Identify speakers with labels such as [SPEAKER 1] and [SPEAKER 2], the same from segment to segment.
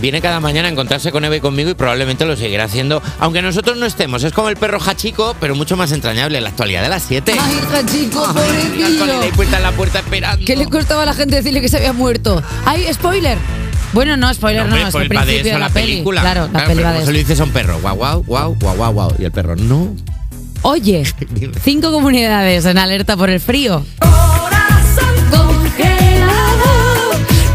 [SPEAKER 1] viene cada mañana a encontrarse con Eva y conmigo y probablemente lo seguirá haciendo, aunque nosotros no estemos. Es como el perro jachico, pero mucho más entrañable. La actualidad de las 7.
[SPEAKER 2] Ay, chico, pobrecillo.
[SPEAKER 1] Hay puerta en la puerta esperando.
[SPEAKER 2] ¿Qué le costaba a la gente decirle que se había muerto? ¡Ay, spoiler! Bueno, no, spoiler, no,
[SPEAKER 1] hombre,
[SPEAKER 2] es
[SPEAKER 1] por
[SPEAKER 2] el
[SPEAKER 1] el va de
[SPEAKER 2] principio de,
[SPEAKER 1] eso
[SPEAKER 2] la,
[SPEAKER 1] la
[SPEAKER 2] peli.
[SPEAKER 1] película.
[SPEAKER 2] Claro, la
[SPEAKER 1] pero
[SPEAKER 2] peli va
[SPEAKER 1] como
[SPEAKER 2] de
[SPEAKER 1] se
[SPEAKER 2] eso.
[SPEAKER 1] lo dices a un perro. Guau, guau, guau, guau, guau, guau. Y el perro, no.
[SPEAKER 2] Oye, cinco comunidades en alerta por el frío.
[SPEAKER 3] Corazón congelado,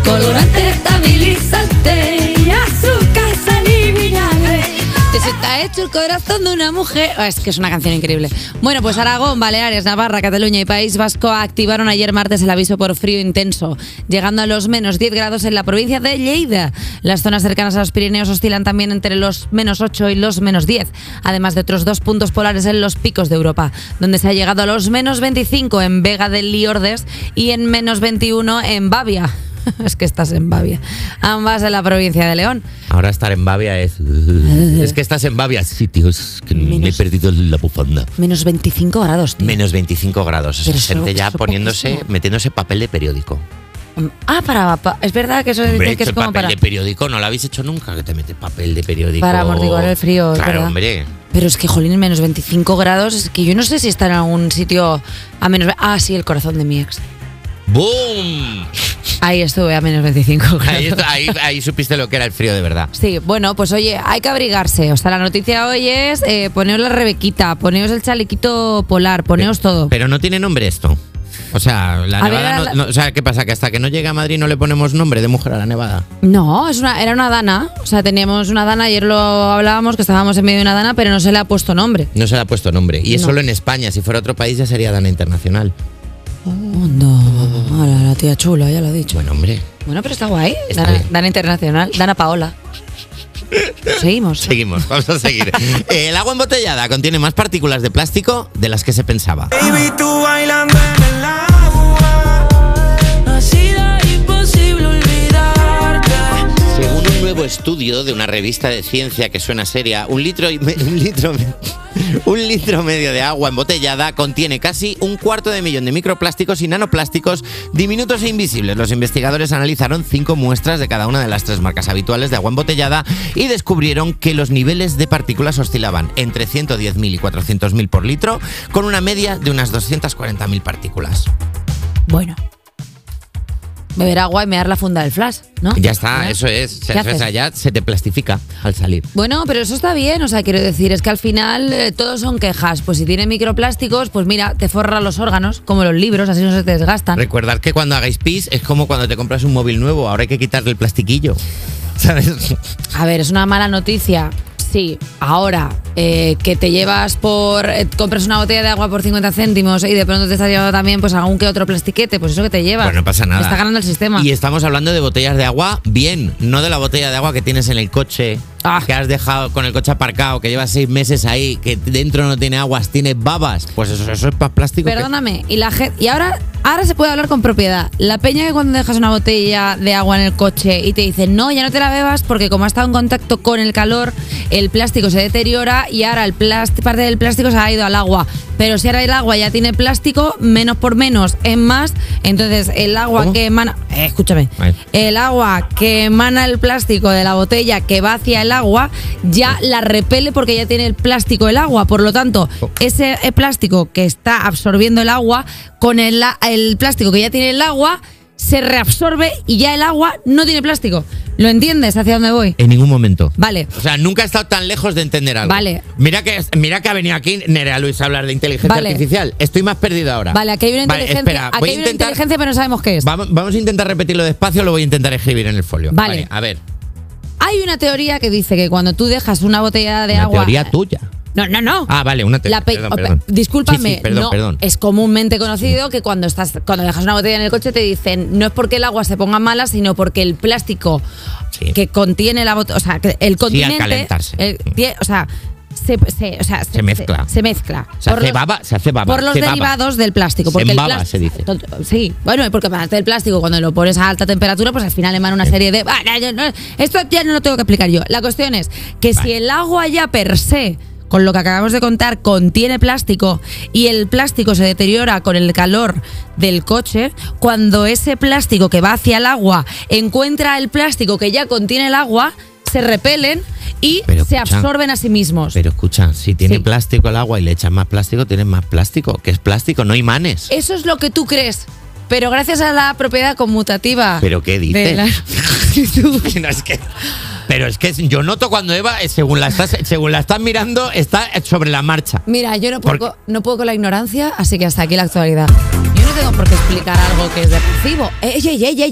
[SPEAKER 3] colorante estabilizante y azúcar sal y vinagre.
[SPEAKER 2] Te está hecho el corazón de una mujer. Ah, Es que es una canción increíble. Bueno, pues Aragón, Baleares, Navarra, Cataluña y País Vasco activaron ayer martes el aviso por frío intenso, llegando a los menos 10 grados en la provincia de Lleida. Las zonas cercanas a los Pirineos oscilan también entre los menos 8 y los menos 10, además de otros dos puntos polares en los picos de Europa, donde se ha llegado a los menos 25 en Vega del Liordes y en menos 21 en Bavia. Es que estás en Bavia. Ambas en la provincia de León.
[SPEAKER 1] Ahora estar en Bavia es. Es que estás en Bavia. Sí, tío, es que me he
[SPEAKER 2] Menos-
[SPEAKER 1] perdido la bufanda.
[SPEAKER 2] Menos 25 grados, tío.
[SPEAKER 1] Menos 25 grados. Esa
[SPEAKER 2] Pero eso-
[SPEAKER 1] gente ya
[SPEAKER 2] eso
[SPEAKER 1] poniéndose,
[SPEAKER 2] poquísimo.
[SPEAKER 1] metiéndose papel de periódico.
[SPEAKER 2] Ah, para, pa- es verdad que eso
[SPEAKER 1] Hombre,
[SPEAKER 2] dice
[SPEAKER 1] hecho
[SPEAKER 2] que es
[SPEAKER 1] el
[SPEAKER 2] como
[SPEAKER 1] papel
[SPEAKER 2] para
[SPEAKER 1] de periódico no lo habéis hecho nunca, que te metes papel de periódico.
[SPEAKER 2] para amortiguar el frío, es
[SPEAKER 1] Claro,
[SPEAKER 2] ¿verdad?
[SPEAKER 1] hombre.
[SPEAKER 2] Pero es que jolín menos 25 grados, es que yo no sé si está en algún sitio a menos ve- Ah, sí, el corazón de mi ex.
[SPEAKER 1] ¡Boom!
[SPEAKER 2] Ahí estuve a menos 25 grados.
[SPEAKER 1] Ahí, ahí- ahí supiste lo que era el frío de verdad.
[SPEAKER 2] Sí, bueno, pues oye, hay que abrigarse. O sea, la noticia hoy es eh, poneos la rebequita, poneos el chalequito polar, poneos todo.
[SPEAKER 1] Pero no tiene nombre esto. O sea, la
[SPEAKER 2] A ver,
[SPEAKER 1] nevada.
[SPEAKER 2] a
[SPEAKER 1] no-
[SPEAKER 2] la-
[SPEAKER 1] no- o sea, ¿qué pasa? Que hasta que no llegue a Madrid no le ponemos nombre de mujer a la nevada.
[SPEAKER 2] No, es una, era una dana. O sea, teníamos una dana, ayer lo hablábamos, que estábamos en medio de una dana, pero no se le ha puesto nombre.
[SPEAKER 1] No se le ha puesto nombre. Y es
[SPEAKER 2] No.
[SPEAKER 1] solo en España. Si fuera otro país ya sería Dana Internacional.
[SPEAKER 2] Oh, No, la, la tía chula, ya lo he dicho.
[SPEAKER 1] Bueno, hombre.
[SPEAKER 2] Bueno, pero está guay.
[SPEAKER 1] Está
[SPEAKER 2] Dana,
[SPEAKER 1] bien.
[SPEAKER 2] Dana Internacional, Dana Paola. Seguimos.
[SPEAKER 1] Seguimos, vamos a seguir. Eh, El agua embotellada contiene más partículas de plástico de las que se pensaba.
[SPEAKER 4] Baby, tú bailando en el agua.
[SPEAKER 3] Ha sido imposible olvidarte.
[SPEAKER 1] Según un nuevo estudio de una revista de ciencia que suena seria, un litro, y me- un, litro, un litro medio de agua embotellada contiene casi un cuarto de millón de microplásticos y nanoplásticos diminutos e invisibles. Los investigadores analizaron cinco muestras de cada una de las tres marcas habituales de agua embotellada y descubrieron que los niveles de partículas oscilaban entre 110.000 y 400.000 por litro, con una media de unas 240.000 partículas.
[SPEAKER 2] Bueno. Beber agua y mear la funda del flash, ¿no?
[SPEAKER 1] Ya está,
[SPEAKER 2] ¿Ya?
[SPEAKER 1] eso es.
[SPEAKER 2] Ah, ¿Qué
[SPEAKER 1] O sea,
[SPEAKER 2] haces?
[SPEAKER 1] ya se te plastifica al salir.
[SPEAKER 2] Bueno, pero eso está bien, o sea, quiero decir, es que al final eh, todos son quejas. Pues si tiene microplásticos, pues mira, te forra los órganos, como los libros, así no se te desgastan.
[SPEAKER 1] Recordad que cuando hagáis pis es como cuando te compras un móvil nuevo, ahora hay que quitarle el plastiquillo. ¿Sabes?
[SPEAKER 2] A ver, es una mala noticia. Sí, ahora eh, que te llevas por. eh, compras una botella de agua por 50 céntimos y de pronto te estás llevando también pues algún que otro plastiquete, pues eso que te llevas.
[SPEAKER 1] Pues no pasa nada.
[SPEAKER 2] Está ganando el sistema.
[SPEAKER 1] Y estamos hablando de botellas de agua bien, no de la botella de agua que tienes en el coche,
[SPEAKER 2] Ah.
[SPEAKER 1] que has dejado con el coche aparcado, que llevas seis meses ahí, que dentro no tiene aguas, tiene babas. Pues eso, eso es para plástico. que-
[SPEAKER 2] Perdóname, y la gente. Y ahora, ahora se puede hablar con propiedad. La peña que cuando dejas una botella de agua en el coche y te dicen, no, ya no te la bebas porque como ha estado en contacto con el calor, el plástico se deteriora y ahora el plást- parte del plástico se ha ido al agua. Pero si ahora el agua ya tiene plástico, menos por menos es más. Entonces, el agua
[SPEAKER 1] ¿Cómo?
[SPEAKER 2] que emana. eh, escúchame.
[SPEAKER 1] Ay.
[SPEAKER 2] El agua que emana el plástico de la botella que va hacia el agua ya la repele porque ya tiene el plástico el agua. Por lo tanto, ese eh, plástico que está absorbiendo el agua con el, a- el plástico que ya tiene el agua se reabsorbe y ya el agua no tiene plástico. ¿Lo entiendes hacia dónde voy?
[SPEAKER 1] En ningún momento.
[SPEAKER 2] Vale.
[SPEAKER 1] O sea, nunca he estado tan lejos de entender algo.
[SPEAKER 2] Vale.
[SPEAKER 1] Mira que, mira que ha venido aquí Nerea Luis a hablar de inteligencia
[SPEAKER 2] Vale.
[SPEAKER 1] artificial. Estoy más perdido ahora.
[SPEAKER 2] Vale, aquí hay una inteligencia,
[SPEAKER 1] espera,
[SPEAKER 2] aquí
[SPEAKER 1] voy
[SPEAKER 2] hay
[SPEAKER 1] a
[SPEAKER 2] una
[SPEAKER 1] intentar.
[SPEAKER 2] inteligencia pero no sabemos qué es.
[SPEAKER 1] Vamos, vamos a intentar repetirlo despacio, lo voy a intentar escribir en el folio.
[SPEAKER 2] Vale.
[SPEAKER 1] a ver.
[SPEAKER 2] Hay una teoría que dice que cuando tú dejas una botella de
[SPEAKER 1] una
[SPEAKER 2] agua...
[SPEAKER 1] teoría tuya.
[SPEAKER 2] No, no, no.
[SPEAKER 1] Ah, vale, una teoría.
[SPEAKER 2] La pe-
[SPEAKER 1] perdón,
[SPEAKER 2] o pe-
[SPEAKER 1] perdón.
[SPEAKER 2] Discúlpame,
[SPEAKER 1] Sí, sí, perdón,
[SPEAKER 2] no,
[SPEAKER 1] perdón.
[SPEAKER 2] es comúnmente conocido que cuando estás cuando dejas una botella en el coche te dicen no es porque el agua se ponga mala, sino porque el plástico
[SPEAKER 1] Sí.
[SPEAKER 2] que contiene la botella, o sea, que el continente,
[SPEAKER 1] calentarse. Mm.
[SPEAKER 2] el- tie- o sea, se, se- o sea, se,
[SPEAKER 1] mezcla.
[SPEAKER 2] Se, se mezcla.
[SPEAKER 1] Se
[SPEAKER 2] Por
[SPEAKER 1] hace
[SPEAKER 2] los-
[SPEAKER 1] baba- se hace baba,
[SPEAKER 2] Por los
[SPEAKER 1] se baba.
[SPEAKER 2] derivados del plástico.
[SPEAKER 1] Se
[SPEAKER 2] Porque el
[SPEAKER 1] embaba,
[SPEAKER 2] plástico-
[SPEAKER 1] se dice.
[SPEAKER 2] to- Sí, bueno, y porque aparte del plástico, cuando lo pones a alta temperatura, pues al final emana una serie de. Ah, no, yo no- Esto ya no lo tengo que explicar yo. La cuestión es que si el agua ya per se con lo que acabamos de contar, contiene plástico y el plástico se deteriora con el calor del coche, cuando ese plástico que va hacia el agua encuentra el plástico que ya contiene el agua, se repelen y
[SPEAKER 1] Pero
[SPEAKER 2] se
[SPEAKER 1] escucha.
[SPEAKER 2] absorben a sí mismos.
[SPEAKER 1] Pero escucha, si tiene
[SPEAKER 2] Sí.
[SPEAKER 1] plástico el agua y le echas más plástico, tienes más plástico. que es plástico? No imanes.
[SPEAKER 2] Eso es lo que tú crees. Pero gracias a la propiedad conmutativa.
[SPEAKER 1] ¿Pero qué dices?
[SPEAKER 2] de la-
[SPEAKER 1] Que no, es que- pero es que yo noto cuando Eva, eh, según la estás, según la estás mirando, está sobre la marcha.
[SPEAKER 2] Mira, yo no puedo,
[SPEAKER 1] Porque-
[SPEAKER 2] co- no puedo con la ignorancia, así que hasta aquí la actualidad. Yo no tengo por qué explicar algo que es de recibo. Eh, Ey, ey, ey, ey,